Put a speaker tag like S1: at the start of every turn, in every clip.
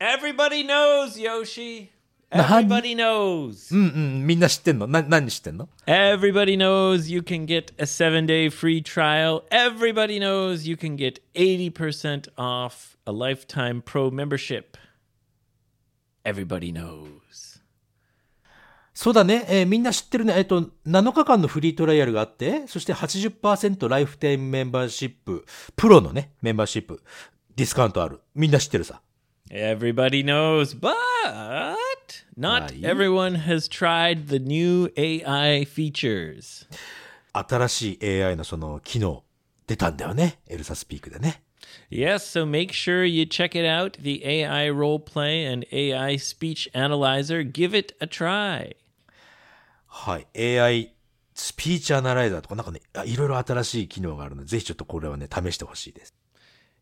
S1: Everybody knows, Yoshi. Everybody knows.
S2: うんうん、みんな知ってんのな、何知ってんの
S1: Everybody knows you can get a seven day free trial. Everybody knows you can get 80% off a lifetime pro membership. Everybody knows.
S2: そうだね、えーみんな知ってるね。えっ、と、7日間のフリートライアルがあって、そして80%ライフタイムメンバーシップ、プロのね、メンバーシップ、ディスカウントある。みんな知ってるさ。
S1: Everybody knows, but not
S2: Right.
S1: everyone has tried the new AI features.
S2: 新しい AI のその機能、出たんだよね。エルサスピークでね。
S1: Yes, so make sure you check it out the AI role play and AI speech analyzer. Give it a try.
S2: はい。AI スピーチアナライザーとか、なんかね、あいろいろ新しい機能があるので、ぜひちょっとこれはね、試してほしいです。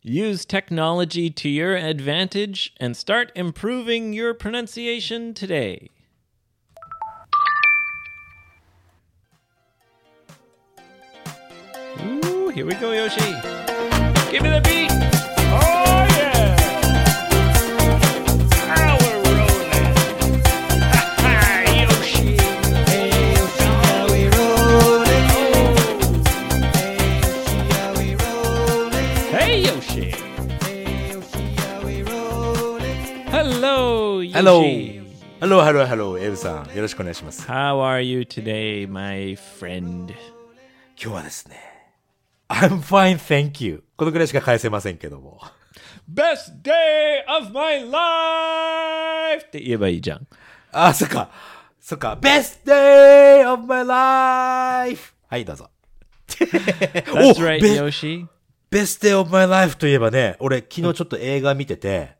S1: Use technology to your advantage and start improving your pronunciation today. ooh Here we go, Yoshi. Give me the beat.
S3: Oh yeah! Now we're rolling. Ha ha, Yoshi.
S1: Hey, Yoshi. Hello, Yoshi.
S2: Hello! Hello, hello, hello, エルさん。よろしくお願いします。
S1: How are you today, my friend?
S2: 今日はですね、I'm fine, thank you. このくらいしか返せませんけども。
S1: Best day of my life! って言えばいいじゃん。
S2: あ、そっか。そっか。Best day of my life! はい、どうぞ。
S1: That's right,
S2: ベ
S1: Yoshi.
S2: Best day of my life といえばね、俺昨日ちょっと映画見てて、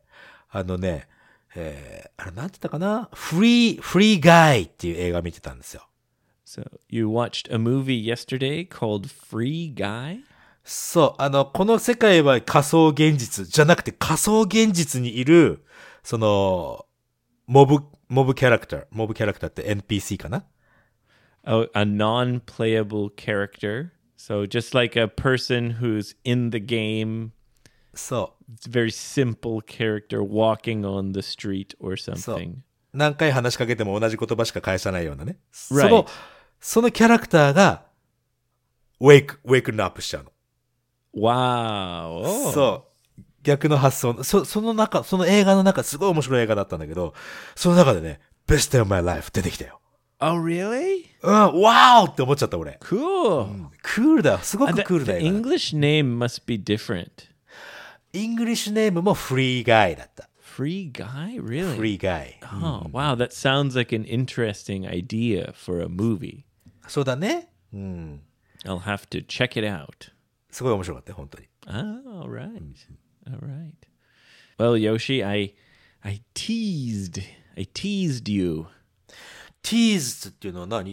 S2: あのね、えー、あれなんて言ったかな ?Free, Free Guy っていう映画見てたんですよ。
S1: So you watched a movie yesterday called Free Guy?
S2: そう、あの、この世界は仮想現実じゃなくて仮想現実にいる、その、モブ、モブキャラクター、モブキャラクターって NPC かな
S1: A, a non-playable character. So just like a person who's in the game,
S2: そ
S1: it's a very simple character walking on the street or
S2: う。そう
S1: something.。
S2: 何回話しかけても同じ言葉しか返さないようなね。そ
S1: Right.
S2: の、そのキャラクターが、ウェイク、ウェイクアップしちゃうの。
S1: Wow. Oh.
S2: そう。逆の発想の。そ、その中、その映画の中、すごい面白い映画だったんだけど、その中でね、Best Day of My Life 出てきたよ。
S1: oh, really?
S2: うん、わーって思っちゃった俺。
S1: Cool.
S2: クールだ。すご
S1: Uh,
S2: く
S1: the-
S2: クール
S1: the
S2: だよ。
S1: English name must be different.
S2: イングリッシュネームもフリーガイだった。
S1: Free Guy? Really?
S2: フリーガイ。
S1: Oh, wow. That sounds like an interesting idea for a movie.
S2: そうだね。うん。
S1: I'll have to check it out.
S2: すごい面白かったよ、本当に。
S1: Ah, all right. All right. Well, Yoshi, I I teased I teased you.
S2: ティーズっていうのは何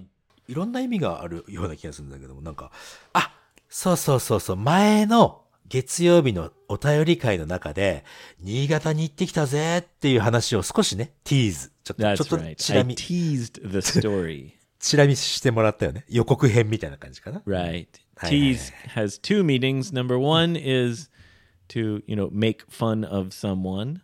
S2: いろんな意味があるような気がするんだけども、なんか、あ、そうそうそうそう、前の月曜日のお便り会の中で、新潟に行ってきたぜっていう話を少しね、ティーズ。ちょっ
S1: That's
S2: と、ちょっと
S1: right.
S2: チ
S1: I
S2: ラ見、
S1: teased the story.
S2: チラ見してもらったよね。予告編みたいな感じかな。
S1: right.
S2: Hi,
S1: Tease has two meanings. Number one is to, you know, make fun of someone.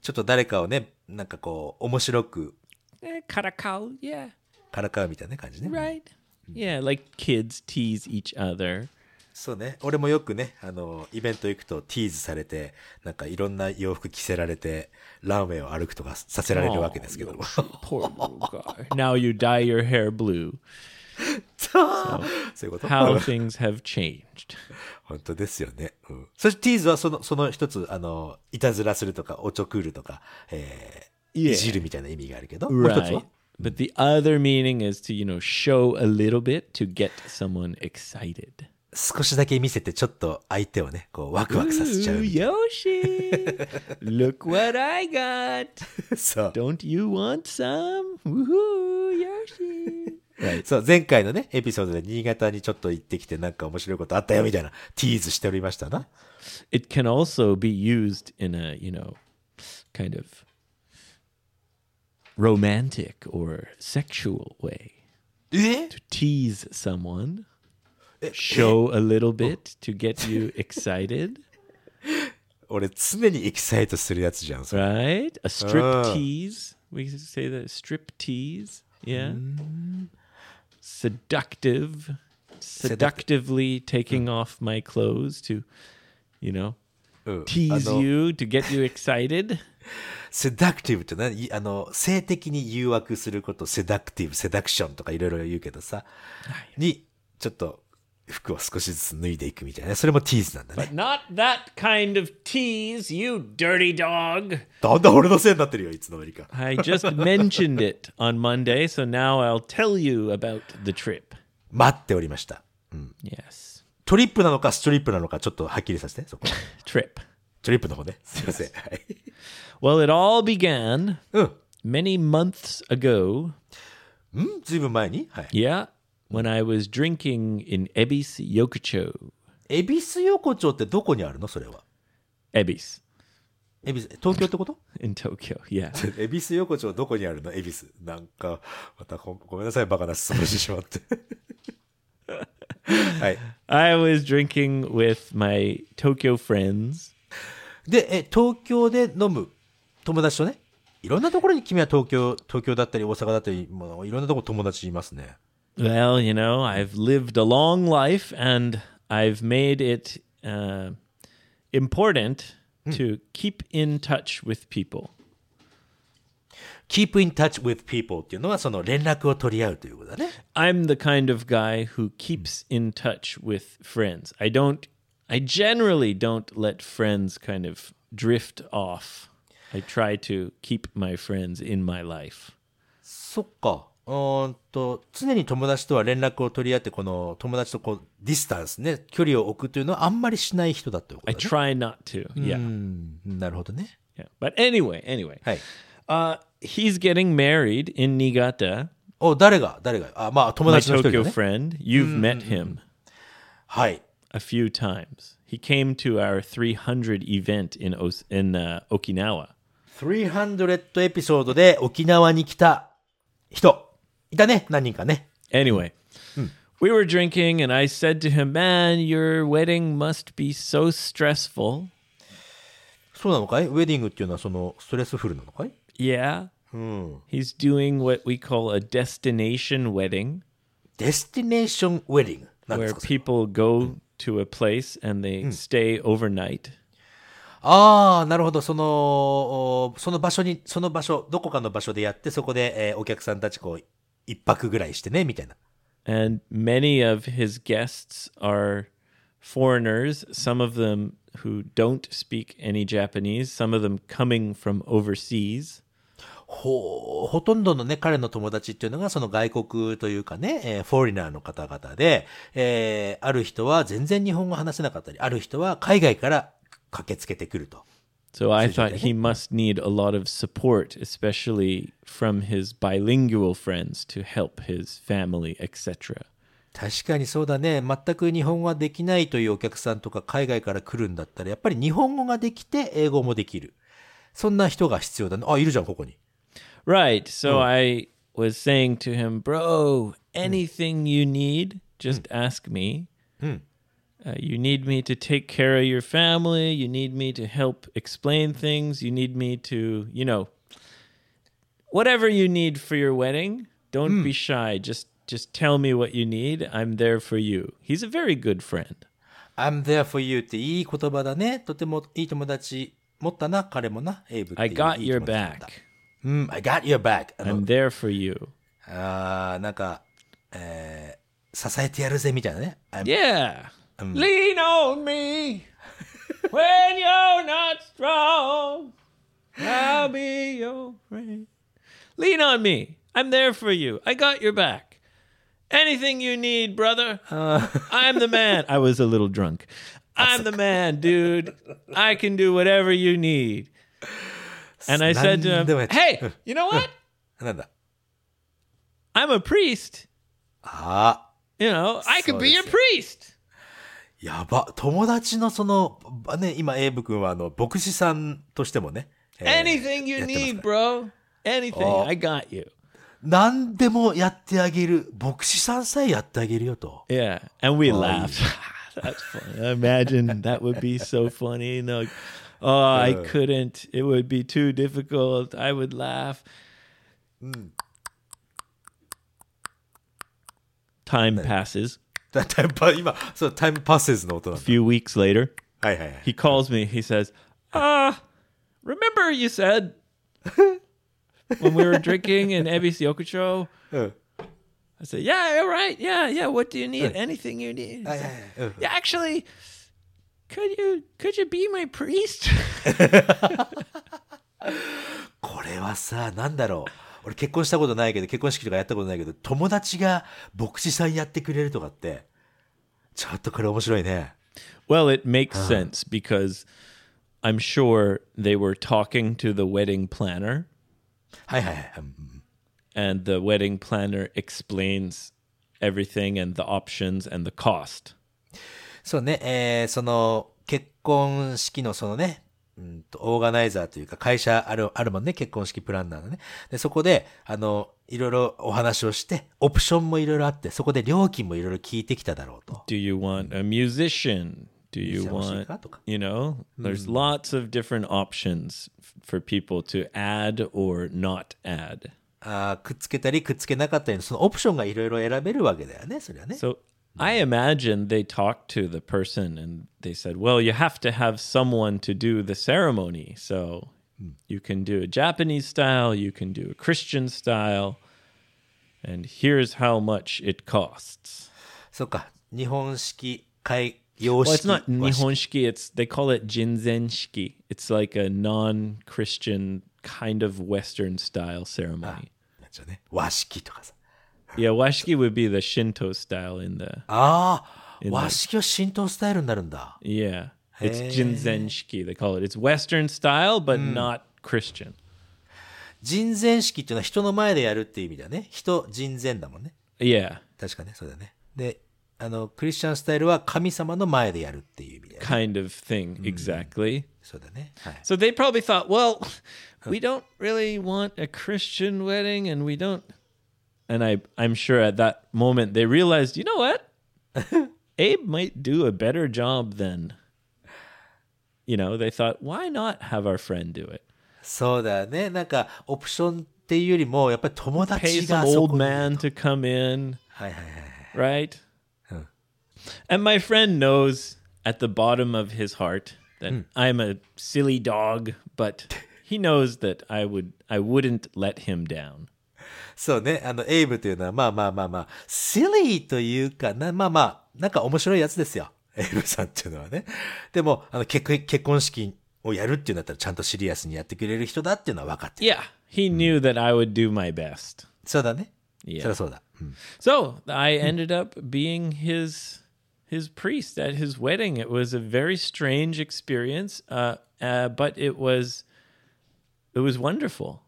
S2: ちょっと誰かをね、なんかこう、面白く、
S1: Eh, Karakal, yeah.
S2: からかうみたいな感じね。
S1: Right. Yeah, like kids tease each other.
S2: そうね。俺もよくね、あの、イベント行くとティーズされて、なんかいろんな洋服着せられて、ランウェイを歩くとかさせられるわけですけども。
S1: Poor little guy. Now you dye your hair blue.
S2: そういうこ と
S1: How things have changed.
S2: 本当ですよね。うん。そしてティーズはその、その一つ、あの、いたずらするとか、おちょくるとか、えー、
S1: Yeah.
S2: いじるみたいな意味があるけど、もう一つ
S1: Right.
S2: は
S1: But the other meaning is to, you know, show a little bit to get someone excited.
S2: 少しだけ見せて、ちょっと相手をね、こう、ワクワクさせちゃう
S1: Ooh,。Yoshi, look what I got.
S2: そう。
S1: Don't you want some? Woohoo, Yoshi. Right.
S2: そう、前回のね、エピソードで新潟にちょっと行ってきて、なんか面白いことあったよ、みたいな、ティーズしておりましたな。
S1: It can also be used in a, you know, kind of romantic or sexual way.
S2: え
S1: To tease someone, Eh, show a little bit to get you excited.
S2: 俺常にエキサイトするやつじゃん。それ
S1: right? A strip
S2: Ah.
S1: tease. We could say that strip tease. Yeah. Mm. Seductive. Seductively taking off my clothes to, you know,
S2: うん
S1: tease
S2: あの
S1: you to get you excited.
S2: セダクティブって何いあの、性的に誘惑すること、セダクティブ、セダクションとかいろいろ言うけどさ、に、ちょっと服を少しずつ脱いでいくみたいな。それもティーズなんだね。
S1: Not that kind of tease, you dirty dog.
S2: だんだん俺のせいになってるよ、いつの間にか。
S1: I just mentioned it on Monday, so now I'll tell you about the trip.
S2: 待っておりました。
S1: Yes.
S2: トリップなのかストリップなのか、ちょっとはっきりさせて、そ こ。
S1: Trip.
S2: トリップの方ね。すいません。 はい。
S1: Well, it all began
S2: うん。
S1: many months ago
S2: うんずいぶん前にはい。
S1: Yeah, when I was drinking in Ebis Yokocho.
S2: 恵比寿横丁ってどこにあるのそれは。
S1: Ebis
S2: 恵比寿、東京ってこと
S1: in Tokyo. Yeah.
S2: 恵比寿横丁どこにあるの恵比寿。なんか、またごごめんなさい、バカな質問してしま って。はい。
S1: I was drinking with my Tokyo friends.
S2: で、え、東京で飲む友達とね、いろんなところに君は東京、東京だったり大阪だったり、もういろんなところ友達いますね。
S1: Well, you know, I've lived a long life and I've made it uh, important to keep in touch with people.
S2: keep in touch with people っていうのはその連絡を取り合うということだね。
S1: I'm the kind of guy who keeps in touch with friends. I don't, I generally don't let friends kind of drift off. I try to keep my friends in my life.
S2: そっか。うーんと、常に友達とは連絡を取り合って、この友達とこう、ディスタンスね、距離を置くというのはあんまりしない人だということ
S1: I
S2: だね。
S1: try not to. Yeah.
S2: うん、なるほどね。
S1: yeah. But anyway, anyway,
S2: はい。
S1: uh, he's getting married in Niigata.
S2: お、誰が誰があ、まあ、友
S1: My
S2: 達の一人
S1: Tokyo
S2: だね。
S1: friend. You've met him
S2: はい。
S1: a few times. He came to our 300 event in Os- in uh, Okinawa.
S2: 300エピソードで沖縄に来た人。いたね、何人かね。
S1: Anyway, we were drinking, and I said to him, Man, your wedding must be so stressful.
S2: そうなのかいウェディングっていうのはそのストレスフルなのかい
S1: Yeah. He's doing what we call a destination wedding,
S2: デスティネーションウェディング。なんで
S1: where
S2: すかそれ
S1: people go to a place and they stay overnight.
S2: ああ、なるほど。その、おその場所に、その場所、どこかの場所でやって、そこで、えーお客さんたちこう、一泊ぐらいしてね、みたいな。
S1: And many of his guests are foreigners, some of them who don't speak any Japanese, some of them coming from overseas.
S2: ほ、ほとんどのね、彼の友達っていうのが、その外国というかね、えーフォーリナーの方々で、えーある人は全然日本語話せなかったり、ある人は海外から駆けつけてくると。
S1: So I thought he must need a lot of support, especially from his bilingual friends to help his family, etc.
S2: 確かにそうだね。全く日本語ができないというお客さんとか海外から来るんだったら、やっぱり日本語ができて英語もできる。そんな人が必要だね。あ、いるじゃん、ここに。
S1: Right. So I was saying to him, bro, anything you need, just ask me. Uh, you need me to take care of your family. You need me to help explain things. You need me to, you know, whatever you need for your wedding. Don't be shy. Just just tell me what you need. I'm there for you. He's a very good friend.
S2: I'm there for you っていい言葉だね。とてもいい友達持ったな、彼もな。エイブっていう
S1: I got
S2: いい友
S1: your
S2: 達だった
S1: back.
S2: うん、I got your back. あの
S1: I'm there for you.
S2: あーなんか、えー支えてやるぜみたいなね。I'm-
S1: Yeah. Lean on me when you're not strong. I'll be your friend. Lean on me. I'm there for you. I got your back. Anything you need, brother. I'm the man. Uh, I was a little drunk. I'm the man, dude. I can do whatever you need. And I said to him,
S2: 何でもやっちゃう。
S1: Hey, you know what?
S2: なんだ
S1: I'm a priest.
S2: あ
S1: You know, I could be a
S2: そうですよ。
S1: priest.
S2: ーやば。友達のその、ばね、今、エイブ君はあの、牧師さんとしてもね。えー
S1: Anything you
S2: やってますから
S1: need, bro. Anything. I got you.
S2: 何でもやってあげる。牧師さんさえやってあげるよと。
S1: Oh, Yeah. And we laughed. That's funny. Imagine that would be so funny. You know, Oh, I couldn't. It would be too difficult. I would laugh. Time passes.
S2: だタイムパ今、そう、タイムパセズの音なんだ。
S1: few weeks later,
S2: はいはいはい。
S1: he calls me. He says, Ah, remember you said when we were drinking in Ebis Yokucho?
S2: Oh.
S1: I said, Yeah, all right. Yeah, yeah. What do you need? Anything you need. He
S2: は
S1: said,
S2: いはいはいうん
S1: yeah, actually, could you could you be my priest?
S2: これはさ、なんだろう。俺結婚したことないけど、結婚式とかやったことないけど、友達が牧師さんやってくれるとかって、ちょっとこれ面白いね。
S1: well, it makes sense because I'm sure they were talking to the wedding planner,
S2: はいはいはい。うん
S1: and the wedding planner explains everything and the options and the cost.
S2: そうね、えーその、結婚式のそのね、うんと、オーガナイザーというか、会社ある、あるもんね、結婚式プランナーのね。で、そこで、あの、いろいろお話をして、オプションもいろいろあって、そこで料金もいろいろ聞いてきただろうと。
S1: Do you want a musician? Do you
S2: Musician,
S1: want,
S2: musicaとか。
S1: you know, there's lots of different options f- for people to add or not add.
S2: あーくっつけたり、くっつけなかったり、そのオプションがいろいろ選べるわけだよね、それはね。
S1: So I imagine they talked to the person and they said, well, you have to have someone to do the ceremony. So you can do a Japanese style, you can do a Christian style, and here's how much it costs.
S2: そっか、日本式、会、洋式。
S1: Well, it's not
S2: 和式
S1: Nihonshiki, it's they call it Jinzenshiki. It's like a non-Christian kind of western style ceremony.
S2: なんちゃうね和式とかさ。
S1: Yeah, washiki would be the Shinto style in the
S2: ああ、和式は浸透スタイルになるんだ。
S1: Yeah. It's
S2: Hey.
S1: Jinzenshiki, they call it. It's Western style, but not Christian.
S2: 人前式っていうのは人の前でやるっていう意味だね。人、人前だもんね。
S1: Yeah.
S2: 確かね、そうだよね。で、あの、クリスチャンスタイルは神様の前でやるっていう意味だよね。
S1: Kind of thing, exactly.
S2: そうだね。はい。
S1: So they probably thought, well, we don't really want a Christian wedding and we don't. And I, I'm sure at that moment they realized, you know what? Abe might do a better job than. You know, they thought, why not have our friend do it?
S2: そうだよね。なんか、オプションっていうよりも、やっぱり友
S1: Pay
S2: 達
S1: some
S2: がそ
S1: old
S2: こに。はい
S1: man to come in.
S2: はいはいはい。
S1: right? And my friend knows at the bottom of his heart that I'm a silly dog, but he knows that I would I wouldn't let him down.
S2: そうね。あの、エイブというのは、まあまあまあまあ、シリーというかな、まあまあ、なんか面白いやつですよ。エイブさんっていうのはね。でも、あの、結婚結婚式をやるっていうんだったら、ちゃんとシリアスにやってくれる人だっていうのは分かってる。
S1: Yeah, he knew that I would do my best.
S2: そうだね。
S1: Yeah.
S2: そりゃそうだ。うん
S1: So I ended up being his his priest at his wedding. It was a very strange experience, uh, uh, but it was it was wonderful.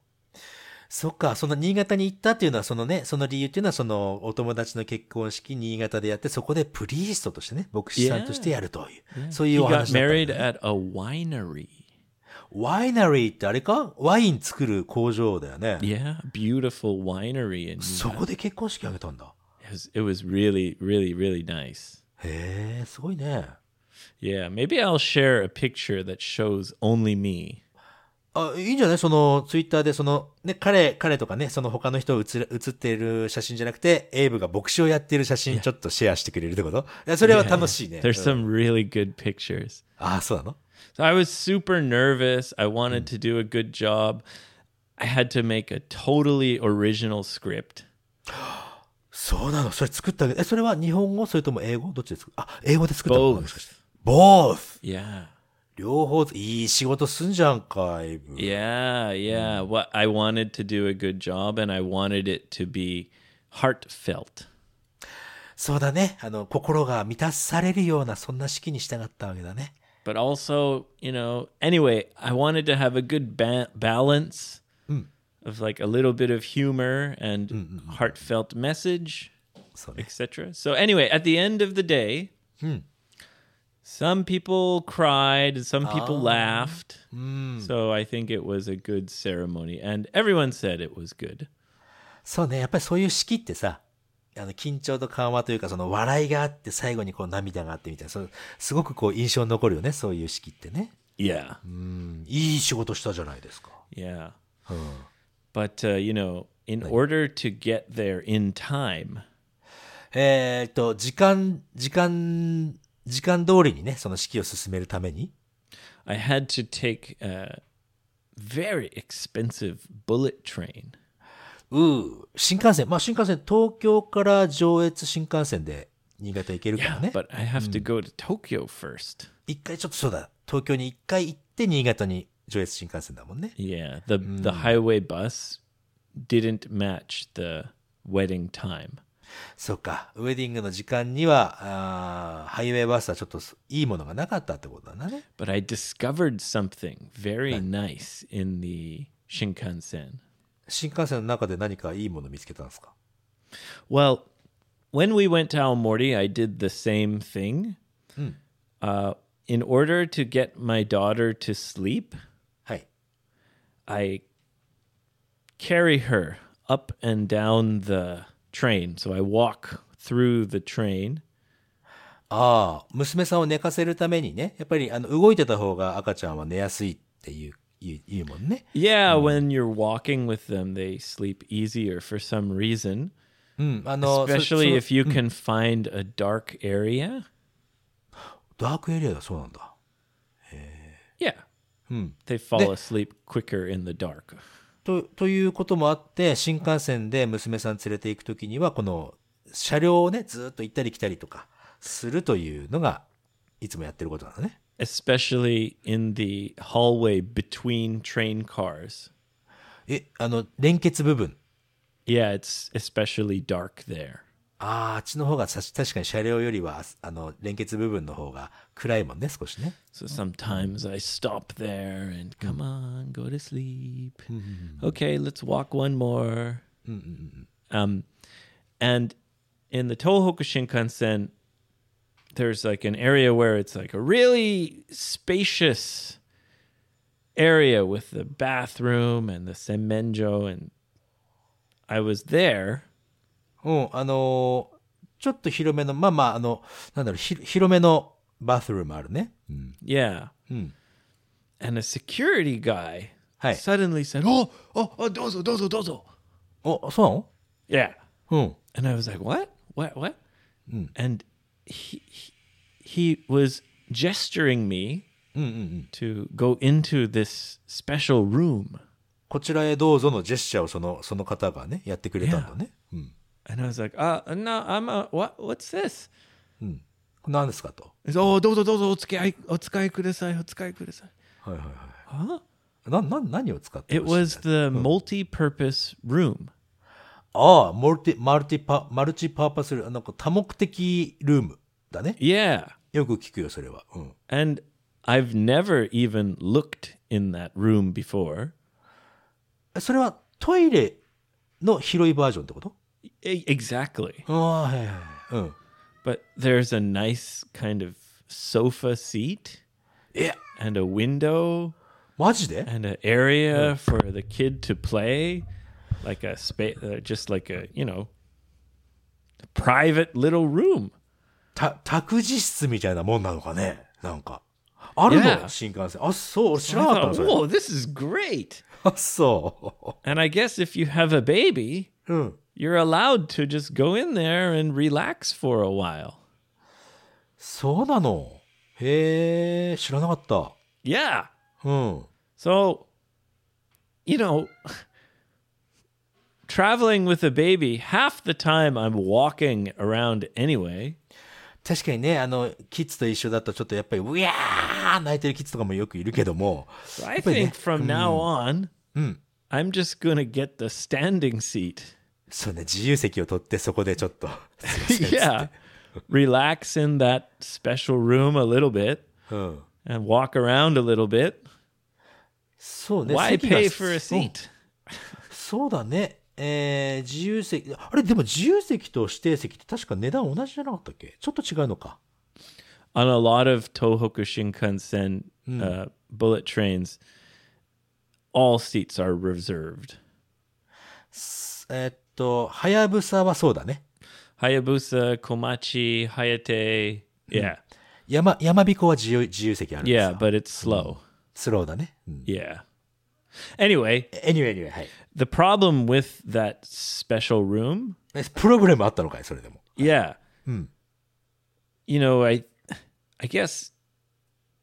S2: そっか、その新潟に行ったっていうのは、そのね、その理由っていうのは、そのお友達の結婚式、新潟でやって、そこでプリーストとしてね、牧師さんとしてやるという、そうい
S1: He
S2: うお
S1: got
S2: 話だったんだね
S1: married at a winery.
S2: ワイナリーってあれかワイン作る工場だよね。
S1: Yeah, beautiful winery in
S2: そこで結婚式あげたんだ。
S1: It was, it was really, really, really nice.
S2: へえ、すごいね。
S1: Yeah, maybe I'll share a picture that shows only me.
S2: あ、いいんじゃないその、ツイッターで、その、ね、彼、彼とかね、その他の人を写る写っている写真じゃなくて、エイブが牧師をやっている写真ちょっとシェアしてくれるってこといやそれは楽しいね。
S1: There's some really good pictures.
S2: ああ、そうなの
S1: So I was super nervous. I wanted to do a good job. I had to make a totally original script.
S2: そうなのそれ作ったえ、それは日本語それとも英語どっちですかあ、英語で作ったの
S1: Both
S2: もしかして。ボース
S1: Yeah.
S2: 両方、いい仕事すんじゃんか、エイブ。
S1: Yeah, yeah. What I wanted to do a good job and I wanted it to be heartfelt.
S2: そうだね。あの、心が満たされるような、そんな式に従ったわけだね。
S1: but also you know anyway i wanted to have a good ba- balance of like a little bit of humor and heartfelt message
S2: そうね。
S1: etc so anyway at the end of the day some people cried and some people laughed so i think it was a good ceremony and everyone said it was good
S2: そうね。やっぱりそういう式ってさ、あの、緊張と緩和というか、その笑いがあって、最後にこう涙があってみたいな、そうすごくこう印象に残るよね。そういう式ってね。
S1: Yeah.
S2: うんいい仕事したじゃないですか。
S1: Yeah. But, uh, you know, in order to get there in time,
S2: えーっと、時間、時間、時間通りにね、その式を進めるために、
S1: I had to take a very expensive bullet train.
S2: うー新幹線、まあ新幹線、東京から上越新幹線で新潟行けるからね。
S1: But I have to go to Tokyo first.
S2: 一回ちょっとそうだ、東京に一回行って新潟に上越新幹線だもんね。
S1: Yeah. The, the highway bus didn't match the wedding time.
S2: そうか、ウェディングの時間には、あーハイウェイバスはちょっといいものがなかったってことだね。
S1: But I discovered something very nice in the Shinkansen.
S2: 新幹線の中で何かいいもの見つけたんですか
S1: Well, when we went to Aomori, I did the same thing. Uh, in order to get my daughter to sleep,
S2: はい。
S1: I carry her up and down the train. So I walk through the train.
S2: ああ、娘さんを寝かせるためにね、やっぱりあの動いてた方が赤ちゃんは寝やすいっていう、いう言うもんね。
S1: Yeah, when you're walking with them, they sleep easier for some reason,
S2: うん、あの、そ
S1: especially
S2: そ
S1: if you can find a dark area.
S2: ダークエリアだそうなんだ。
S1: Yeah. They fall asleep quicker in the dark.
S2: と、ということもあって、新幹線で娘さん連れて行くときには、この車両をね、ずーっと行ったり来たりとかするというのが、いつもやってることなのね。
S1: especially in the hallway between train cars.
S2: え、あの、連結部分。
S1: Yeah, it's especially dark there.
S2: ああ、あっちの方がさ確かに車両よりは、あの、連結部分の方が暗いもんね、少しね。
S1: So sometimes I stop there and come on, go to sleep. Okay, let's walk one more. Um, and in the Tohoku Shinkansen, there's like an area where it's like a really spacious area with the bathroom and the semenjo. And I was there
S2: うん、あのーちょっと広めの、まあまあ、あの、なんだろう、ひ広めのバスルームあるね。
S1: Yeah. And a security guy
S2: Hi.
S1: suddenly said, "Oh, oh, oh, dozo, dozo, dozo."
S2: お、そ
S1: Yeah.
S2: うなの
S1: And I was like, "What? What? What?" And he, he he was gesturing me to go into this special room.
S2: こちらへどうぞのジェスチャーをその、その方がね、やってくれたんだね。
S1: And I was like, "Uh, no, I'm uh, what? What's this?"
S2: これ何ですかと。
S1: He's, "Oh, dozo, dozo, otsukai, otsukai kudasai, otsukai kudasai."
S2: はいはいはい。な、な、何を使って
S1: It
S2: ほしいんだ
S1: was the multi-purpose room.
S2: ああ、モルティ、マルティパ、マルチパーパスル、なんか多目的ルームだね。
S1: Yeah.
S2: よく聞くよ、それは。うん。
S1: And I've never even looked in that room before.
S2: えそれはトイレの広いバージョンってこと
S1: E- exactly.
S2: ああ、はいはいはい。うん。
S1: But there's a nice kind of sofa seat
S2: え、
S1: and a window
S2: マジで
S1: and an area for the kid to play, like a space, uh, just like a, you know, private little room.
S2: た、託児室みたいなもんなのかねなんか。あるの、
S1: Yeah.
S2: 新幹線。あ、そう、知ら
S1: I
S2: なか
S1: thought,
S2: ったのそれ
S1: whoa, Oh, this is great.
S2: あ、そ
S1: And I guess if you have a baby,
S2: う。うん。
S1: you're allowed to just go in there and relax for a while.
S2: そうなの。へえ、知らなかった。
S1: Yeah.
S2: うん。
S1: So, you know, traveling with a baby, half the time I'm walking around anyway.
S2: 確かにね、あの、キッズと一緒だとちょっとやっぱり、うやー泣いてるキッズとかもよくいるけども、
S1: So I think from now on, I'm just going to get the standing seat.
S2: そうね、自由席を取ってそこでちょっと、 すいません
S1: yeah. Relax in that special room a little bit
S2: うん。
S1: and walk around a little bit.
S2: そうね、
S1: Why
S2: 席が
S1: pay for a
S2: うん
S1: seat?
S2: そうだね。えー、自由席、あれ、でも自由席と指定席って確か値段同じじゃなかったっけちょっと違うのか。
S1: on a lot of Tohoku Shinkansen uh, bullet trains, all seats are reserved.
S2: えーっと、はやぶさはそうだね。
S1: Hayabusa, Komachi, Hayate. Yeah.
S2: 山、山彦は自由、自由席あるんですよ
S1: Yeah, but it's slow.
S2: スローだね。うん。
S1: Yeah. Anyway,
S2: anyway, anyway, はい。
S1: the problem with that special room
S2: えプログラムあったのかいそれでも。
S1: Yeah. You know, I I guess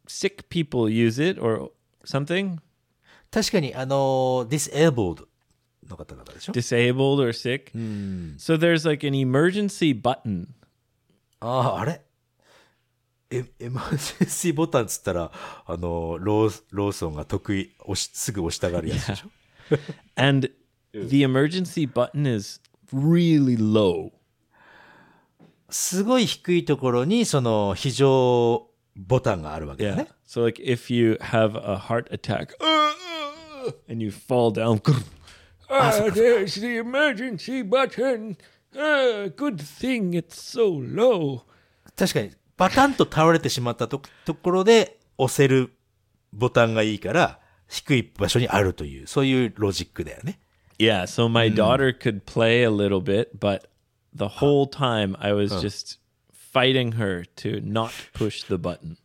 S1: sick people use it or something.
S2: 確かに、あのー、disabled の方々でしょ
S1: Disabled or sick. So there's like an emergency button.
S2: ああ、あれエエマージェンシーボタンっつったら、あのー、ロー、ローソンが得意、押し、すぐ押したがるやつでしょ
S1: And the emergency button is really low.
S2: すごい低いところに、その、非常ボタンがあるわけだ
S1: Yeah.
S2: ね。
S1: So like if you have a heart attack uh, and you fall down. Ah, there's the emergency button. Ah, good thing it's so low.
S2: 確かに、バタンと倒れてしまったとところで、押せるボタンがいいから、低い場所にあるという、そういうロジックだよね。
S1: Yeah, so my daughter could play a little bit, but the whole time I was just fighting her to not push the button.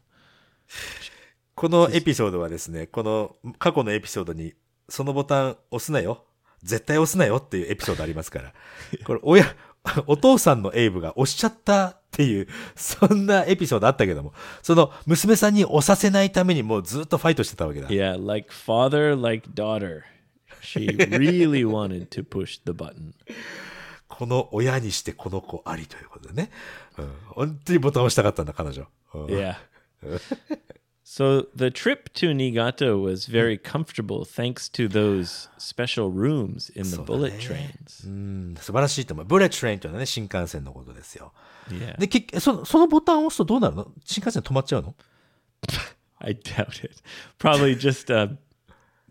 S2: このエピソードはですね、この過去のエピソードに、そのボタン押すなよ。絶対押すなよっていうエピソードありますから。これ、親、お父さんのエイブが押しちゃったっていう、そんなエピソードあったけども、その娘さんに押させないためにもうずっとファイトしてたわけだ。
S1: Yeah, like father, like daughter. She really wanted to push the button.
S2: この親にしてこの子ありということでね。うん、本当にボタン押したかったんだ、彼女。うん
S1: Yeah. So the trip to Niigata was very comfortable thanks to those special rooms in the Mm. bullet trains.
S2: うん素晴らしいと思う。ブレットレインというのはね、新幹線のことですよ。
S1: Yeah.
S2: で、結その、そのボタンを押すとどうなるの新幹線止まっちゃうの
S1: I doubt it. Probably just uh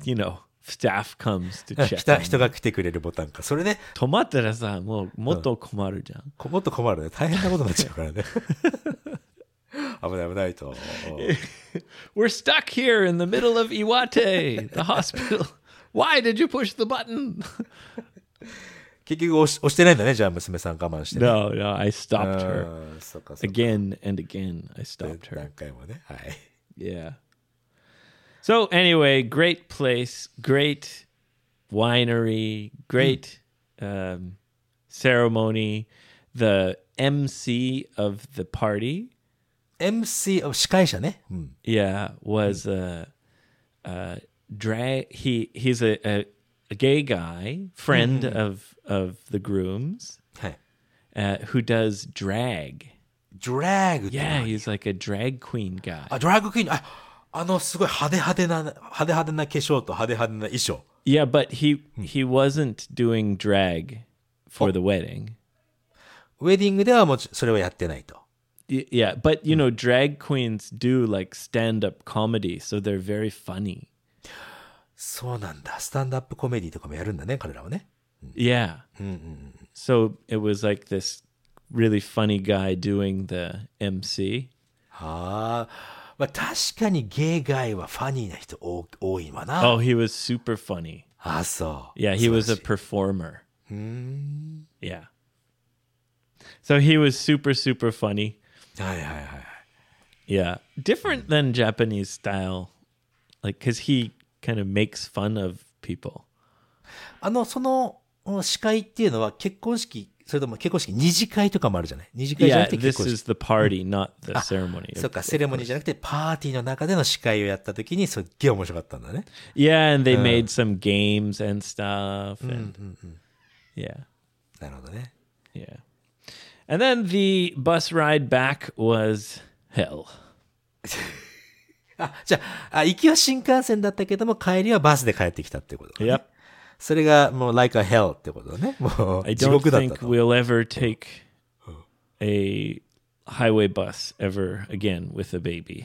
S1: you know, staff comes to
S2: 人
S1: check.
S2: が
S1: on
S2: 人が来てくれるボタンか。それね、
S1: 止まったらさ、もうもっと困るじゃん。
S2: こもっと困るね。大変なことになっちゃうからね。危ない危ないと。
S1: We're stuck here in the middle of Iwate, the hospital. Why did you push the button?
S2: 結局押し押してないんだね、じゃあ娘さん我慢して、ね。
S1: No, no, I stopped
S2: う
S1: her
S2: んそっかそっか。
S1: Uh. again and again. I stopped
S2: 何
S1: her.
S2: 回もね。はい。
S1: Yeah. So anyway, great place, great winery, great um, ceremony. The MC of the party,
S2: MC、司会者ね。うん。
S1: yeah, was a, a drag. He he's a, a, a gay guy, friend of of the grooms,
S2: はい。
S1: uh, who does drag.
S2: ドラッグっていうのは
S1: Yeah, he's like a drag queen guy.
S2: あ、ドラッグクイーン、あ、あの、すごい派手派手な、派手派手な化粧と派手派手な衣装。
S1: yeah, but he he wasn't doing drag for the wedding.
S2: ウェディングではもちそれはやってないと。
S1: Y- Yeah, but you know, drag queens do like stand up comedy, so they're very funny.
S2: そうなんだ。スタンダップコメディとかもやるんだね、彼らはね。
S1: Yeah. So it was like this really funny guy doing the MC.
S2: はあ。まあ確かにゲイガイはファニーな人多多いわな。
S1: Oh, he was super funny.
S2: あ、そう。
S1: Yeah, he
S2: 素晴ら
S1: was
S2: しい
S1: a performer. Yeah. So he was super, super funny.
S2: はいはいはい。
S1: Yeah. Different than Japanese style, like, because he kind of makes fun of people.
S2: あの、その、うん司会っていうのは結婚式、それとも結婚式二次会とかもあるじゃない二次会じゃな
S1: Yeah,
S2: くて結
S1: this
S2: 婚式。
S1: is the party, not the ceremony.
S2: そっか、セレモニーじゃなくてパーティーの中での司会をやった時にすっげえ面白かったんだね。
S1: Yeah, and they made some games and stuff, and yeah,
S2: なるほどね。
S1: yeah. And then the bus ride back was hell.
S2: あ、じゃあ、あ行きは新幹線だったけども、帰りはバスで帰ってきたってこと、ね。
S1: Yep.
S2: それがもう like a hell ってことね。も
S1: I
S2: う地
S1: don't
S2: 獄だった
S1: think
S2: と。
S1: we'll ever take Oh. a highway bus ever again with a baby.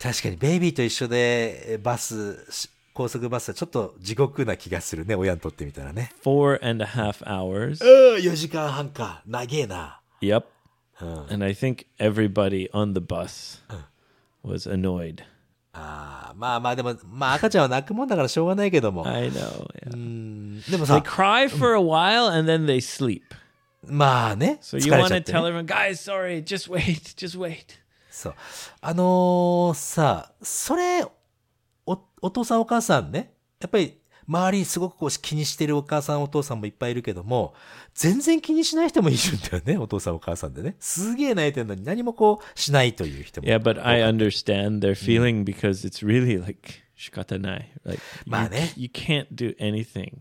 S2: 確かにベイビーと一緒でえバス、し高速バスはちょっと地獄な気がするね。親にとってみたらね。
S1: Four and a half hours.
S2: うん、4時間半か。長えな。
S1: Yep. And I think everybody on the bus was annoyed.
S2: あーまあまあでも、まあ赤ちゃんは泣くもんだからしょうがないけども。
S1: I know. yeah.
S2: でも
S1: They
S2: さ、
S1: cry for a while and then they sleep.
S2: まあね。
S1: So you
S2: 疲れちゃっ
S1: want
S2: て、
S1: to tell
S2: ね。
S1: everyone, guys, sorry, just wait, just wait.
S2: そう。あのーさ、それ、おお父さんお母さんね、やっぱり周りにすごくこう気にしてるお母さんお父さんもいっぱいいるけども、全然気にしない人もいるんだよね、お父さんお母さんでね。すげえ泣いてるのに何もこうしないという人も。
S1: Yeah, Mm. but I understand their feeling because it's really like shikatanai. Like you,
S2: まあね。
S1: you can't do anything.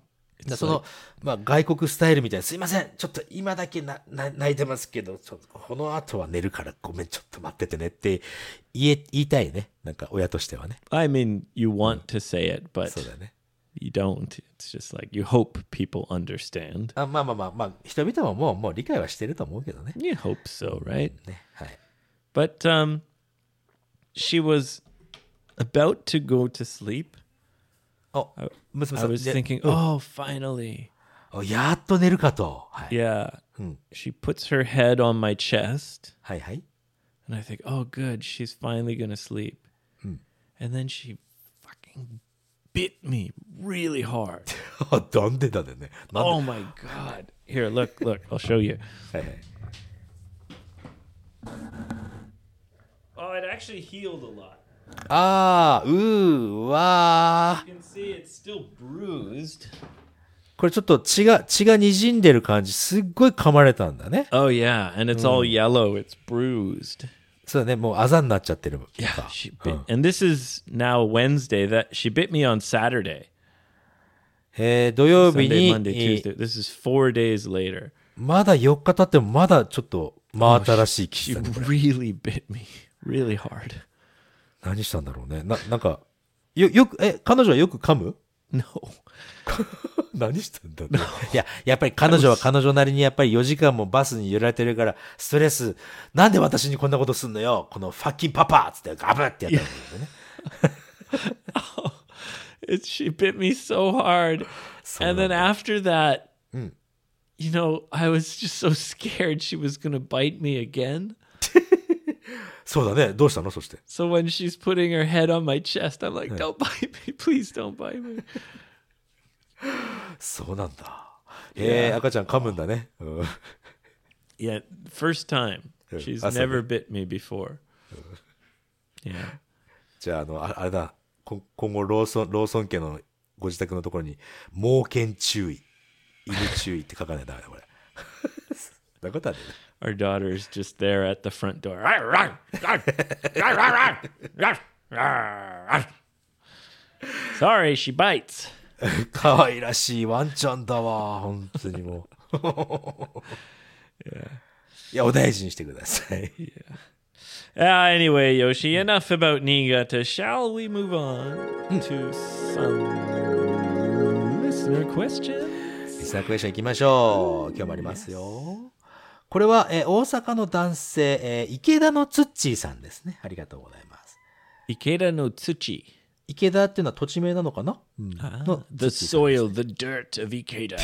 S2: だその、まあ、外国スタイルみたいな、すいません、ちょっと今だけなな泣いてますけど、ちょっとこの後は寝るからごめん、ちょっと待っててねって言え、言いたいね。なんか親としてはね。
S1: I mean, you want to say it, but
S2: そうだね。
S1: you don't. It's just like you hope people understand.
S2: あまあまあまあ、まあ、人々ももう、もう理解はしてると思うけどね。
S1: You hope so, right?
S2: ね。はい。
S1: But um, she was about to go to sleep.
S2: お、娘
S1: I
S2: さん。
S1: was
S2: で
S1: thinking, oh, finally.
S2: おやっと寝るかと。はい。
S1: Yeah. She puts her head on my chest,
S2: はいはい。
S1: and I think, oh, good, she's finally going to sleep. And then she fucking bit me really hard.
S2: なんでだよね。なんで
S1: oh my God. Here, look, look, I'll show you.
S2: はいはい。
S1: Oh, it actually healed a lot.
S2: あー、うーわー。
S1: You can see it's still bruised.
S2: これちょっと血が、血が滲んでる感じ、すっごい噛まれたんだね。
S1: Oh, yeah, and it's all yellow, it's bruised.
S2: そうだね、もうあざになっちゃってる。
S1: Yeah, she bit, and this is now Wednesday. That she bit me on Saturday,
S2: えー土曜日
S1: Sunday,
S2: に、
S1: Monday, Tuesday.
S2: えー
S1: This is four days later.
S2: まだ4日経ってもまだちょっと真新しい記
S1: She
S2: 事だね。
S1: really bit me, really hard.
S2: 何したんだろうね。な、なんか、よ、よく、え、彼女はよく噛む
S1: No,
S2: 何したんだろうね。 いや、やっぱり彼女は彼女なりにやっぱり4時間もバスに揺られてるから、ストレス、なんで私にこんなことすんのよこのファッキンパパっつってガブってやったんだよね。
S1: it's, she bit me so hard. and then after that, you know, I was just so scared she was gonna bite me again.
S2: そうだね。どうしたのそして。
S1: So when she's putting her head on my chest, I'm like, "Don't bite me, please, don't bite me."
S2: そうなんだ。えー、赤ちゃん噛むんだね。うん
S1: Yeah, first time. She's
S2: that's
S1: never bit me before. Yeah.
S2: じゃあ、あの、ああれだ、こ今後、ローソン、ローソン家のご自宅のところに、猛犬注意、犬注意って書かないとダメだ、これ。そんなことはね。
S1: Our daughter's just there at the front door. Sorry, she bites.
S2: 可愛らしいワンちゃんだわ、本当にもう。いや、お大事にしてください。
S1: Ah, anyway, Yoshi, enough about Niigata. Shall we move on to some listener question?
S2: リスナークエスチョン行きましょう。今日もありますよ。これは、えー大阪の男性、えー池田のツッチーさんですね。ありがとうございます。
S1: Ikeda no Tsuchi.
S2: 池田っていうのは土地名なのかな、うん、の
S1: The soil, the dirt of Ikeda.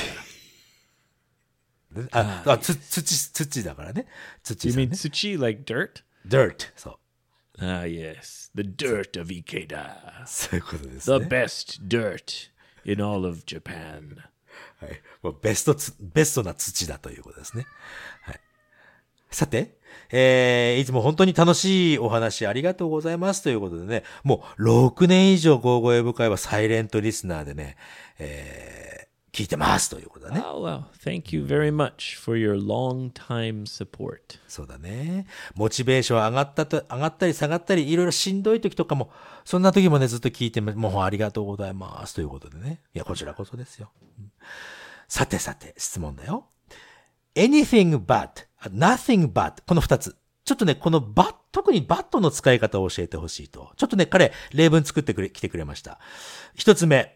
S2: あ、あつ土、土だからね。土
S1: You
S2: さん
S1: mean
S2: ね。
S1: Tsuchi like dirt?
S2: dirt。そう。
S1: Ah, yes. The dirt of Ikeda.
S2: そういうことです
S1: The
S2: ね。
S1: best dirt in all of Japan.
S2: はい。もうベストつ、ベストな土だということですね。はい。さて、えー、いつも本当に楽しいお話ありがとうございますということでね、もう6年以上ゴーゴーエブ会はサイレントリスナーでね、えー、聞いてますということだね。
S1: Oh, well, thank you very much for your long time support.
S2: そうだね。モチベーション上がったと、上がったり下がったり、いろいろしんどい時とかも、そんな時もね、ずっと聞いてま、もうありがとうございます。ということでね。いや、こちらこそですよ。うんさてさて、質問だよ。anything but, nothing but, この二つ。ちょっとね、この but、特に but の使い方を教えてほしいと。ちょっとね、彼、例文作ってくれ、来てくれました。一つ目。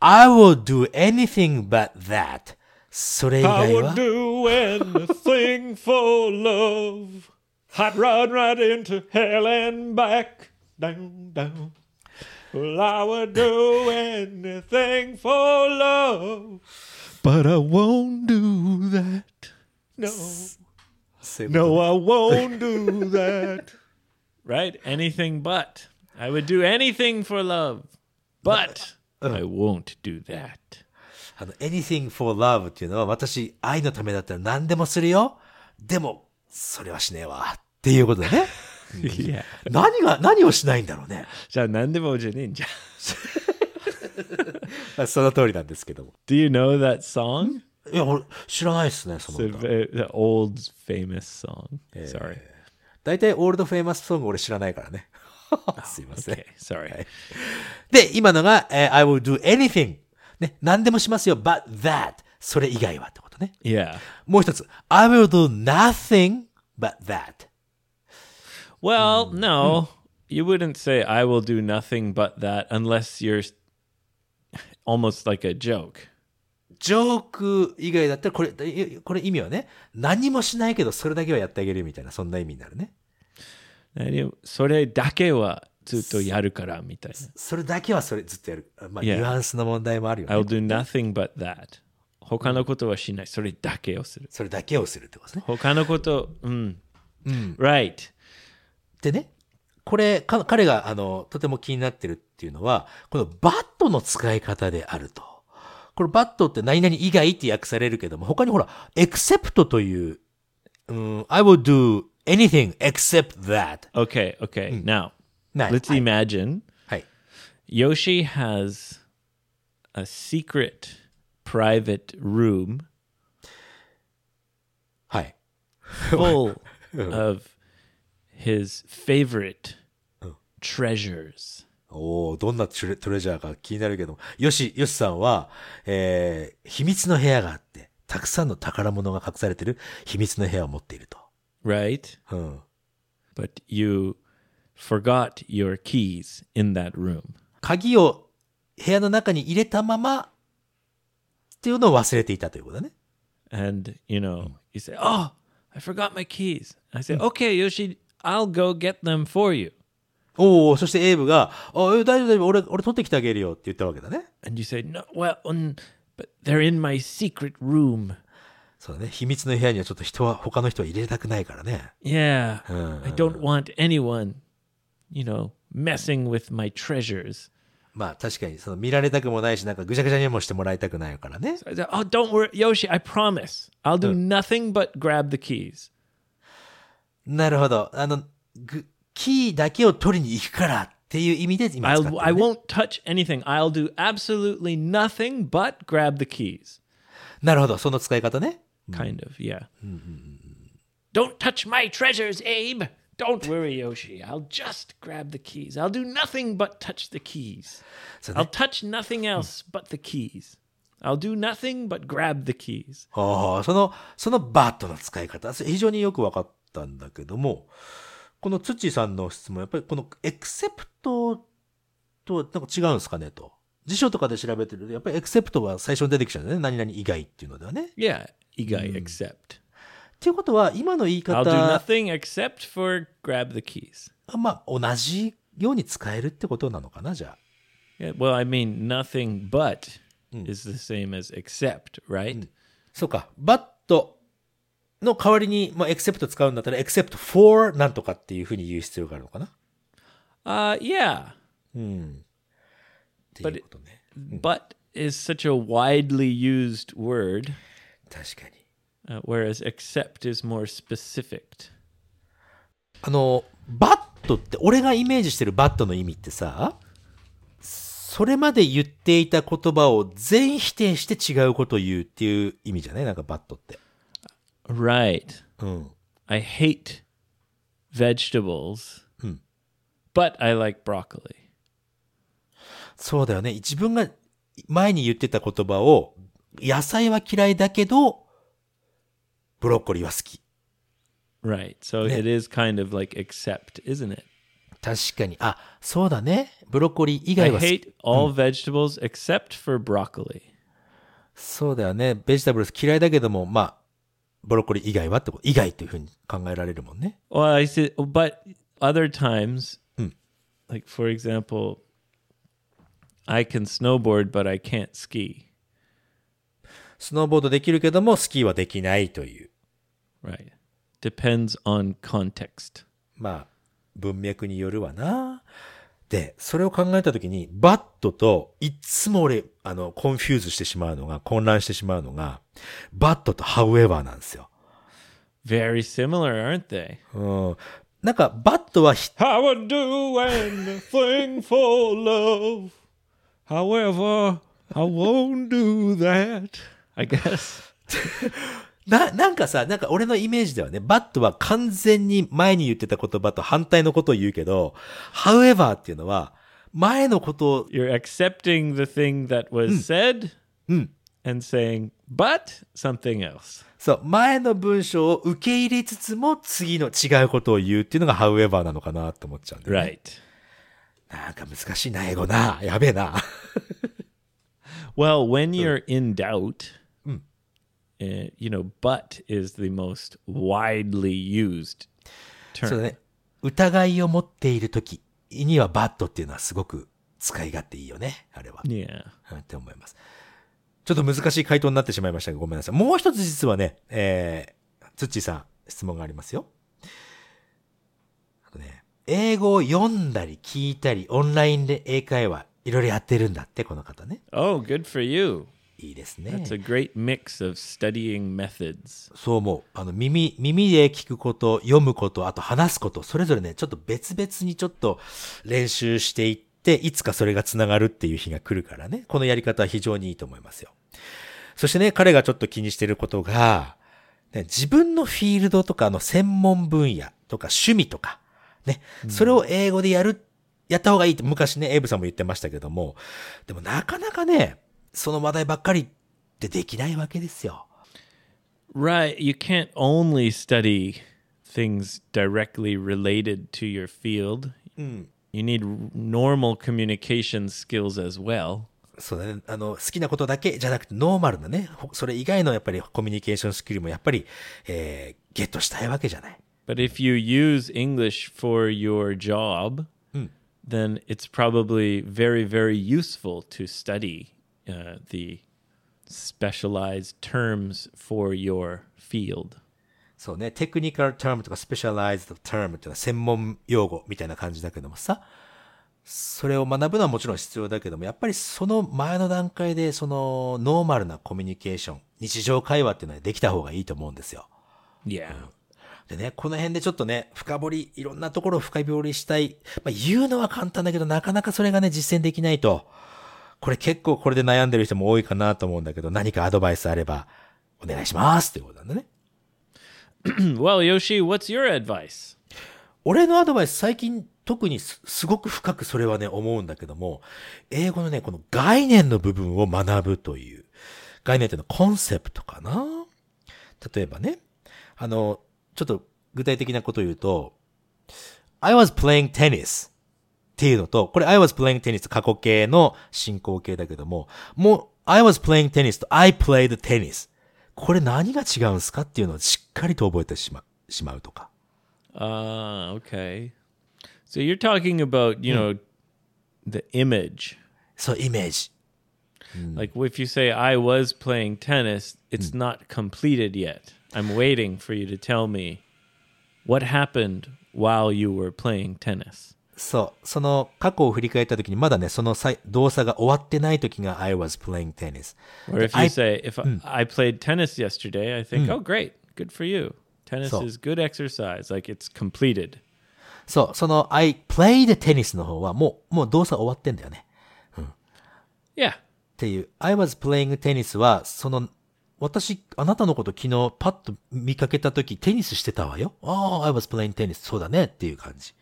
S2: I will do anything but that. それ以
S1: I
S2: 外
S1: would
S2: は
S1: do anything for love. I'd run right into hell and back. Down, down. Well, I would do anything for love. But I won't do that. No.
S2: そ ういうこと
S1: No, Oh, I won't do that. Right? Anything but. I would do anything for love. But I won't do that.
S2: あの、anything for love っていうのは私、 愛のためだったら何でもするよ。でも、それはしねえわ。っていうことだね。
S1: いや、
S2: 何が、何をしないんだろうね。
S1: じゃあ何でもじゃねえんじゃん。
S2: まあその通りなんですけども。
S1: Do you know that song?
S2: いや、俺、知らないですね、そ
S1: It's a
S2: の歌。
S1: ve- the old famous song. Sorry.
S2: 大体、オールドフェイマスソング俺知らないからね。 すいません。
S1: Okay, sorry.
S2: で、今のが、えー I will do anything. ね、何でもしますよ、but that. それ以外はってことね。
S1: Yeah.
S2: もう一つ、I will do nothing but that.
S1: Well, no, you wouldn't say I will do nothing but that unless you're s- almost like a joke.
S2: ジョーク以外だったら、これ、いこれ意味はね、何もしないけど、それだけはやってあげるみたいな、そんな意味になるね。
S1: 何それだけはずっとやるからみたいな。
S2: それだけはそれずっとやる。まあ、ニ
S1: Yeah.
S2: ュアンスの問題もあるよ
S1: I'll
S2: ね。
S1: do nothing but that. 他のことはしない。それだけをする。
S2: それだけをするってことですね。
S1: 他のこと、うん。Right.
S2: でね、これ、か彼が、あの、とても気になってるっていうのは、このバットの使い方であると。これバットって何々以外って訳されるけども、他にほら、except という、うん、I will do anything except that.
S1: Okay, okay. Now,
S2: ない。
S1: let's
S2: はい。
S1: imagine
S2: はい。
S1: Yoshi has a secret private room
S2: はい。
S1: full of his favorite treasures.
S2: おーどんなトレトレジャーか気になるけども、よし、よしさんは、えー、秘密の部屋があって、たくさんの宝物が隠されてる秘密の部屋を持っていると。
S1: Right?
S2: うん。
S1: But you forgot your keys in that room.
S2: 鍵を部屋の中に入れたままっていうのを忘れていたということだね。
S1: And, you know, you say, Oh, I forgot my keys. I say, Okay, Yoshi, I'll go get them for you.
S2: おお、そしてエイブが、あ、え大丈夫大丈夫、俺、俺取ってきてあげるよって言ったわけだね。
S1: And you say, No, well, mm, but they're in my secret room.
S2: そうだね。秘密の部屋にはちょっと人は、他の人は入れたくないからね。
S1: Yeah. I don't want anyone, you know, messing with my treasures.
S2: まあ確かに、その見られたくもないし、なんかぐちゃぐちゃにもしてもらいたくないからね。
S1: I said, Oh, don't worry, Yoshi, I promise. I'll do nothing but grab the keys.
S2: なるほど。あの、ぐ、キーだけを取りに行くからっていう意味で今使ってる、
S1: I'll,
S2: ね。
S1: I won't touch anything. I'll do absolutely nothing but grab the keys.
S2: なるほど。その使い方ね。
S1: Kind of, yeah. Mm-hmm. Don't touch my treasures, Abe. Don't worry, Yoshi. I'll just grab the keys. I'll do nothing but touch the keys.
S2: そうね
S1: I'll touch nothing else but the keys. I'll do nothing but grab the keys.
S2: ああ、その、そのバットの使い方、それ非常によく分かったんだけども、この土さんの質問、やっぱりこのエクセプトとはなんか違うんですかねと。辞書とかで調べてると、やっぱりエクセプトは最初に出てきちゃうんだよね。何々以外っていうのではね。
S1: Yeah, Igai, except.
S2: っていうことは、今の言い
S1: I'll do
S2: 方、
S1: nothing except for grab the keys.
S2: まあ、同じように使えるってことなのかな、じゃあ。
S1: Yeah, well, I mean, nothing but is the same as except, right?
S2: そうか、バットの代わりに、まあ、エクセプト使うんだったら、エクセプト for なんとかっていうふうに言う必要があるのかな。っ
S1: Uh, yeah.
S2: ていうことね。
S1: But is such a widely used word,
S2: 確かに。
S1: uh, whereas except is more specific.
S2: あの、バットって、俺がイメージしてるバットの意味ってさ、それまで言っていた言葉を全否定して違うことを言うっていう意味じゃないなんかバットって。
S1: Right.
S2: うん。
S1: I hate vegetables, but I like broccoli.
S2: そうだよね。自分が前に言ってた言葉を、野菜は嫌いだけど、ブロッコリーは好き。
S1: Right. So
S2: Yeah.
S1: it is kind of like except, isn't it?
S2: 確かに。あ、そうだね。ブロッコリー以外
S1: I
S2: は好き。
S1: hate all vegetables except for broccoli.
S2: そうだよね。ベジタブルス嫌いだけども、まあ、ブロッコリー以外はってこと、以外というふうに考えられるもんね。
S1: Well, I see, but other times, like for example, I can snowboard, but I can't ski.
S2: スノーボードできるけども、スキーはできないという。
S1: Right. Depends on context.
S2: まあ、文脈によるわな。で、それを考えたときに、バットと、いっつも俺、あの、コンフューズしてしまうのが、混乱してしまうのが、バットとハウエバーなんですよ。
S1: Very similar, aren't they?
S2: うん。なんか、バットはひ
S1: I would do anything for love. However, I won't do that. I guess.
S2: な、なんかさ、なんか俺のイメージではね、バットは完全に前に言ってた言葉と反対のことを言うけど、however っていうのは、前のことを、
S1: You're accepting the thing that was said and saying, but something else.
S2: そう、前の文章を受け入れつつも次の違うことを言うっていうのが however なのかなと思っちゃうんだよね
S1: Right.
S2: なんか難しいな、英語な。やべえな。
S1: Well, when you're in doubt, uh, you know, but is the most widely used
S2: そう
S1: term.
S2: だね。疑いを持っている時にはバットっていうのはすごく使い勝手いいよね。あれは。
S1: Yeah.
S2: うんって思います。ちょっと難しい回答になってしまいましたが、ごめんなさい。もう一つ実はね、えー、つっちーさん、質問がありますよ。あとね、英語を読んだり聞いたり、オンラインで英会話、いろいろやってるんだって、この方ね。
S1: Oh, good for you.
S2: いいですね
S1: It's。a great mix of studying methods.
S2: そう思う。あの、耳、耳で聞くこと、読むこと、あと話すこと、それぞれね、ちょっと別々にちょっと練習していって、いつかそれが繋がるっていう日が来るからね。このやり方は非常にいいと思いますよ。そしてね、彼がちょっと気にしてることが、ね、自分のフィールドとかあの専門分野とか趣味とか、ね、それを英語でやる、やった方がいいって昔ね、エイブさんも言ってましたけども、でもなかなかね、その話題ばっかりってできないわけですよ。
S1: Right. You can't only study things directly related to your field. You need r- normal communication skills as well.
S2: そうだね。あの、好きなことだけじゃなくて、ノーマルなね、ほそれ以外のやっぱりコミュニケーションスキルもやっぱり、えー、ゲットしたいわけじゃない。
S1: But if you use English for your job, then it's probably very, very useful to study uh, the specialized terms for your field.
S2: そうね。テクニカルタームとかスペシャライズドタームっていうのは専門用語みたいな感じだけどもさ、それを学ぶのはもちろん必要だけども、やっぱりその前の段階で、そのノーマルなコミュニケーション、日常会話っていうのはできた方がいいと思うんですよ。
S1: Yeah.
S2: でね、この辺でちょっとね、深掘り、いろんなところを深掘りしたい。まあ、言うのは簡単だけど、なかなかそれがね、実践できないと。これ結構これで悩んでる人も多いかなと思うんだけど、何かアドバイスあれば、お願いしますっていうことなんだね。
S1: Well, Yoshi, what's your advice?
S2: 俺のアドバイス最近特にすすごく深くそれはね思うんだけども、英語のね、この概念の部分を学ぶという。概念っていうのはコンセプトかな例えばね、あの、ちょっと具体的なことを言うと、I was playing tennis っていうのと、これ I was playing tennis 過去形の進行形だけども、もう I was playing tennis と I played tennis。これ何が違うんすかっていうのをしっかりと覚えてしましまうとか。
S1: Ah, okay. So you're talking about,
S2: Hmm.
S1: you know, the image.
S2: そう、イメージ。Hmm.
S1: Like if you say I was playing tennis, it's not completed yet. I'm waiting for you to tell me what happened while you were playing tennis.
S2: そう。その過去を振り返った時に、まだね、その際動作が終わってない時が I was playing tennis。
S1: Or if you
S2: I- Hmm.
S1: say if I, I played tennis yesterday, I think, "Oh great. Good for you. Tennis
S2: So-
S1: is good exercise. Like it's completed."
S2: そう。その I played tennis の方はもう、もう動作終わってんだよね。
S1: Yeah.
S2: っていう。I was playing tennis は、その、私、あなたのこと昨日パッと見かけた時テニスしてたわよ。ああ、I was playing tennis。そうだね。っていう感じ。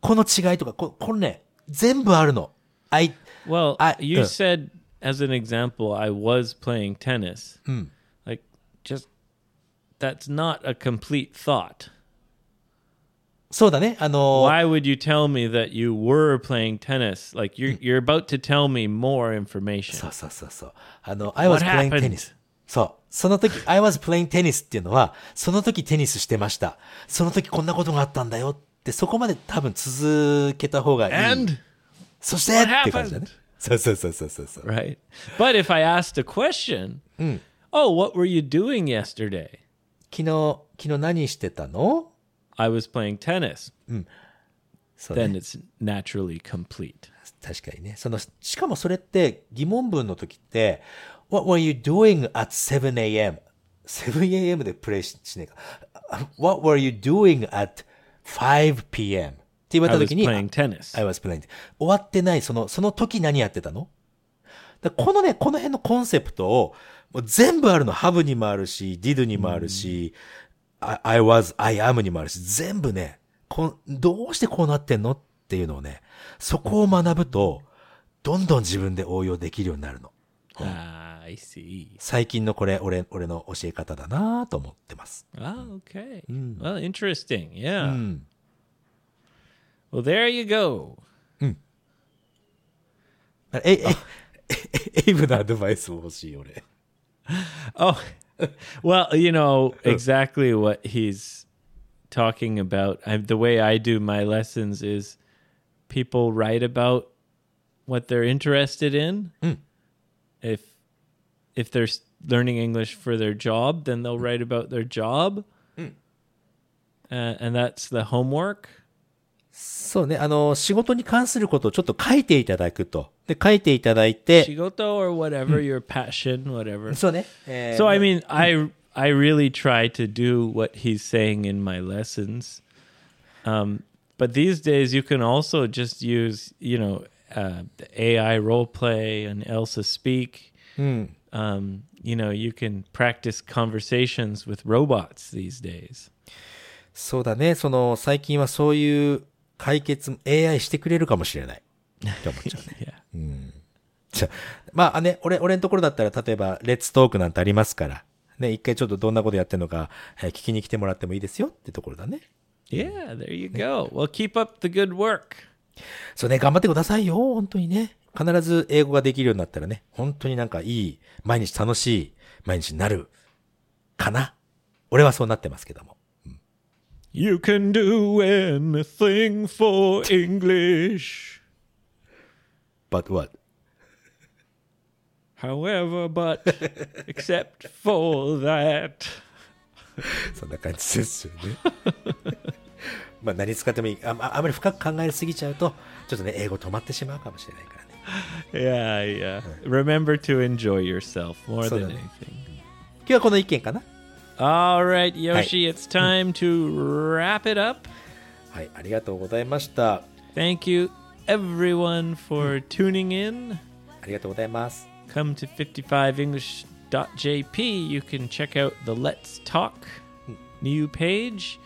S2: この違いとか、ここれね、全部あるの。I,
S1: Well,
S2: I-
S1: you
S2: uh.
S1: said as an example, I was playing tennis.
S2: Hmm.
S1: Like just that's not a complete thought.
S2: そうだね。あの
S1: Why would you tell me that you were playing tennis? Like you're
S2: Hmm.
S1: you're about to tell me more information.
S2: そうそうそうそう。あの、I was playing
S1: happened?
S2: tennis. そう。その時、I was playing tennis っていうのは、その時テニスしてました。その時こんなことがあったんだよって、そこまで多分続けた方がいい。
S1: and
S2: そしてっ
S1: what
S2: て感じだね。そうそうそうそうそうそう。
S1: right. But if I asked a question,
S2: Hmm.
S1: oh, what were you doing yesterday?
S2: 昨日、昨日何してたの
S1: I was playing tennis.
S2: Hmm. そうね
S1: Then it's naturally complete.
S2: 確かにね。その、しかもそれって疑問文の時って、What were you doing at 7am?7am でプレイししねえか。What were you doing at 5pm って言わ
S1: I
S2: れた
S1: was
S2: 時に、
S1: playing tennis.
S2: I was playing. 終わってない、その、その時何やってたのだこのね、この辺のコンセプトを、もう全部あるの。ハブにもあるし、ディドにもあるし、I, I was, I am にもあるし、全部ねこん、どうしてこうなってんのっていうのをね、そこを学ぶと、どんどん自分で応用できるようになるの。
S1: Ah, I see.
S2: 最近のこれ、俺、俺の教え方だなと思ってます。
S1: Ah, okay. Well, interesting. Yeah.
S2: うん。
S1: Well, there you go.
S2: え、え、えエイブのアドバイスも欲しい、俺。
S1: Oh, well, you know exactly what he's talking about. I, the way I do my lessons is people write about what they're interested in. If if they're s- learning English for their job, then they'll write about their job, uh, and that's the homework.
S2: そうね、あの、仕事に関することをちょっと書いていただくと。で、書いていただいて、
S1: Shigoto or whatever your passion, whatever.
S2: そうね。えー
S1: So I mean, I I really try to do what he's saying in my lessons. Um, but these days, you can also just use you know uh, the AI role play and Elsa Speak. Um, you know, you can practice conversations with robots these days.
S2: そうだね、その、最近はそういう解決も AI してくれるかもしれない。って思っち ゃうね。
S1: Yeah.
S2: じゃあまあね、俺、俺のところだったら、例えば、レッツトークなんてありますから、ね、一回ちょっとどんなことやってるのか、えー聞きに来てもらってもいいですよってところだね。
S1: Yeah, there you go. Well, keep up the good work.
S2: そうね、頑張ってくださいよ、本当にね。必ず英語ができるようになったらね、本当になんかいい、毎日楽しい、毎日になる、かな。俺はそうなってますけども。
S1: You can do anything for English.
S2: But what?
S1: However, but except for that.
S2: そんな感じですよね。 まあ何使ってもいいあ。まああまり深く考えすぎちゃうと、ちょっとね、英語止まってしまうかもしれないからね。
S1: Yeah, yeah. Remember to enjoy yourself more
S2: So
S1: than anything.
S2: then- 今日はこの意見かな
S1: All right, Yoshi, it's time to wrap it up.
S2: はい、ありがとうございました。
S1: Thank you, everyone, for tuning in.
S2: ありがとうございます。
S1: Come to 55english.jp. You can check out the Let's Talk new page.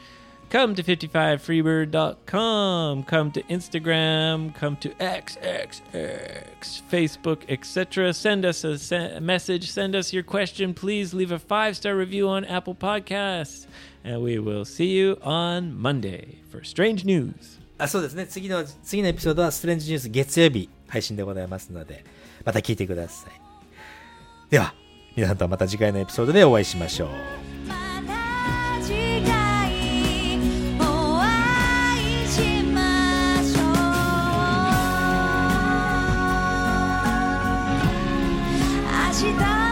S1: Come to 55freebird.com. Come to Instagram. Come to XXX, Facebook, etc. Send us a se- message. Send us your question. Please leave a five star review on Apple Podcasts. And we will see you on Monday for Strange News.
S2: あそうですね次の次のエピソードはストレンジニュース月曜日配信でございますのでまた聞いてくださいでは皆さんとはまた次回のエピソードでお会いしましょう
S4: 「また次回お会いしましょう」「明日